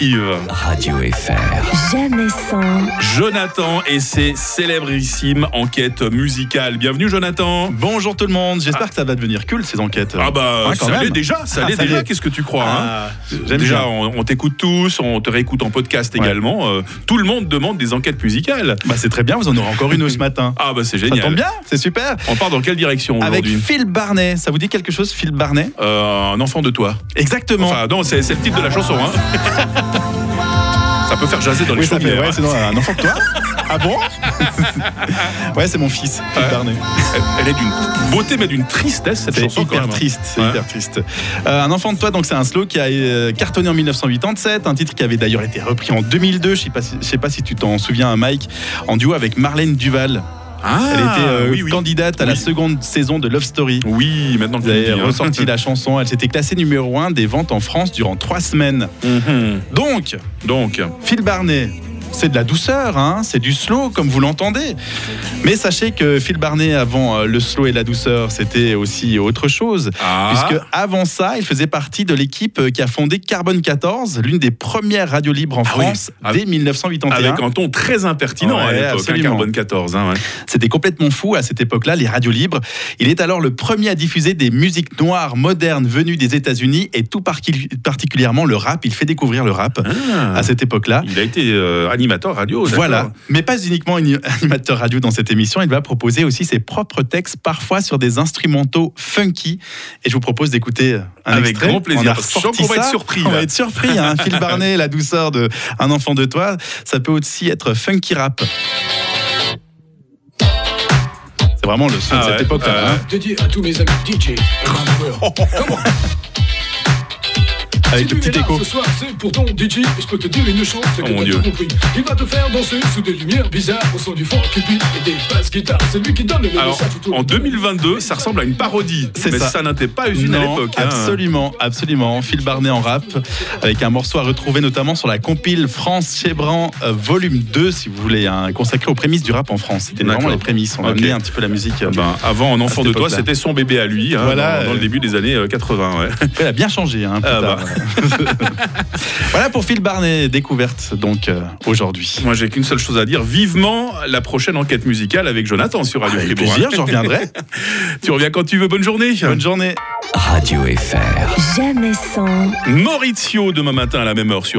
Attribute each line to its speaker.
Speaker 1: Yves.
Speaker 2: Radio FR.
Speaker 3: Jamais sans,
Speaker 1: Jonathan et ses célébrissimes enquêtes musicales. Bienvenue Jonathan.
Speaker 4: Bonjour tout le monde, j'espère que ça va devenir culte ces enquêtes.
Speaker 1: Ah bah
Speaker 4: Ouais, quand
Speaker 1: ça
Speaker 4: même.
Speaker 1: l'est déjà, ça
Speaker 4: Ah,
Speaker 1: l'est
Speaker 4: ça
Speaker 1: déjà,
Speaker 4: l'est.
Speaker 1: qu'est-ce que tu crois hein
Speaker 4: Ah, j'aime
Speaker 1: Déjà,
Speaker 4: bien.
Speaker 1: on, on t'écoute tous, on te réécoute en podcast
Speaker 4: Ouais.
Speaker 1: également. Euh, tout le monde demande des enquêtes musicales.
Speaker 4: Bah c'est très bien, vous en aurez encore une ce matin.
Speaker 1: Ah bah c'est
Speaker 4: Ça
Speaker 1: génial.
Speaker 4: tombe bien, c'est super.
Speaker 1: On part dans quelle direction
Speaker 4: Avec
Speaker 1: aujourd'hui
Speaker 4: Phil Barnet, ça vous dit quelque chose Phil Barnet
Speaker 1: Euh, Un enfant de toi.
Speaker 4: Exactement.
Speaker 1: Enfin non, c'est c'est le titre de la chanson. Hein. ça peut faire jaser dans les
Speaker 4: oui, ça fait,
Speaker 1: chaumières. hein.
Speaker 4: ouais, c'est dans un enfant de toi. ah bon Ouais, c'est mon fils, Phil
Speaker 1: Ouais.
Speaker 4: Barnet.
Speaker 1: Elle- Elle est d'une beauté mais d'une tristesse cette
Speaker 4: C'est
Speaker 1: chanson. quand
Speaker 4: hyper
Speaker 1: même, hein.
Speaker 4: triste, c'est
Speaker 1: Ouais.
Speaker 4: hyper triste. Euh, un enfant de toi, donc c'est un slow qui a euh, cartonné en 1987, un titre qui avait d'ailleurs été repris en 2002. Je sais pas, si- je sais pas si tu t'en souviens, Mike, en duo avec Marlène Duval.
Speaker 1: Ah,
Speaker 4: Elle était euh,
Speaker 1: oui, oui.
Speaker 4: candidate à la
Speaker 1: Oui.
Speaker 4: seconde saison de Love Story.
Speaker 1: Oui, maintenant que
Speaker 4: Vous
Speaker 1: tu le
Speaker 4: avez
Speaker 1: dis, hein.
Speaker 4: ressorti la chanson. Elle s'était classée numéro 1 des ventes en France durant trois semaines.
Speaker 1: Mhm.
Speaker 4: Donc,
Speaker 1: Donc,
Speaker 4: Phil Barnet, c'est de la douceur, hein, c'est du slow comme vous l'entendez. Mais sachez que Phil Barnet, avant euh, le slow et la douceur, c'était aussi autre chose.
Speaker 1: ah,
Speaker 4: Puisque avant ça, il faisait partie de l'équipe euh, qui a fondé Carbone 14, l'une des premières radios libres en
Speaker 1: Ah oui,
Speaker 4: France
Speaker 1: avec-
Speaker 4: dès 1981.
Speaker 1: avec un ton très impertinent à
Speaker 4: Ouais,
Speaker 1: l'époque, hein,
Speaker 4: absolument.
Speaker 1: Carbone 14. hein, ouais.
Speaker 4: C'était complètement fou à cette époque-là, les radios libres. Il est alors le premier à diffuser des musiques noires modernes venues des États-Unis et tout parqui- particulièrement le rap. Il fait découvrir le rap
Speaker 1: Ah,
Speaker 4: à cette époque-là.
Speaker 1: il a été euh, animateur radio. d'accord.
Speaker 4: Voilà, mais pas uniquement une- animateur radio dans cette émission, il va proposer aussi ses propres textes, parfois sur des instrumentaux funky. Et je vous propose d'écouter un
Speaker 1: Avec
Speaker 4: extrait.
Speaker 1: grand plaisir.
Speaker 4: On a
Speaker 1: Je sens
Speaker 4: ressorti
Speaker 1: qu'on va être
Speaker 4: ça.
Speaker 1: surpris,
Speaker 4: On
Speaker 1: là.
Speaker 4: va être surpris. Hein. Phil Barnet, la douceur de un enfant de toi, ça peut aussi être funky rap. C'est vraiment le son
Speaker 1: Ah
Speaker 4: de cette
Speaker 1: ouais,
Speaker 4: époque-là.
Speaker 1: euh,
Speaker 4: hein.
Speaker 5: Dédié à tous mes amis DJ. rappeurs.
Speaker 1: Oh,
Speaker 4: Avec
Speaker 5: si
Speaker 4: le
Speaker 5: tu
Speaker 4: petit
Speaker 5: es là
Speaker 4: écho.
Speaker 5: Ce soir, c'est pour ton DJ. et Je peux te dire une chose, c'est
Speaker 1: Oh
Speaker 5: que
Speaker 1: mon
Speaker 5: t'as
Speaker 1: Dieu.
Speaker 5: tout compris. Il va te faire danser sous des lumières bizarres au son du funk et puis et des basses guitares. C'est lui qui donne le
Speaker 1: Alors,
Speaker 5: message autour
Speaker 1: en
Speaker 5: de-
Speaker 1: 2022, ça ressemble à une parodie.
Speaker 4: C'est
Speaker 1: mais ça,
Speaker 4: ça.
Speaker 1: n'était pas une à
Speaker 4: Non,
Speaker 1: l'époque. hein.
Speaker 4: absolument, absolument. Phil Barnet en rap, avec un morceau à retrouver notamment sur la compile France Chebran euh, Volume 2, si vous voulez, hein, consacré aux prémices du rap en France. C'était
Speaker 1: D'accord.
Speaker 4: vraiment les prémices. On a
Speaker 1: Ok.
Speaker 4: amené un petit peu la musique. euh,
Speaker 1: Ben, avant, un enfant
Speaker 4: À cette
Speaker 1: de toi,
Speaker 4: époque-là.
Speaker 1: c'était son bébé à lui, hein,
Speaker 4: Voilà,
Speaker 1: dans, dans le
Speaker 4: euh,
Speaker 1: début des années euh, 80. ouais.
Speaker 4: Elle a bien changé. hein, plus
Speaker 1: Ah
Speaker 4: tard. voilà pour Phil Barnet, découverte donc euh, aujourd'hui.
Speaker 1: Moi, j'ai qu'une seule chose à dire. Vivement la prochaine enquête musicale avec Jonathan sur Radio
Speaker 4: Ah, Avec
Speaker 1: Fribourg. hein.
Speaker 4: plaisir, je reviendrai.
Speaker 1: Tu reviens quand tu veux. Bonne journée.
Speaker 4: Bonne journée.
Speaker 2: Radio FR.
Speaker 3: jamais sans.
Speaker 1: Maurizio demain matin à la même heure sur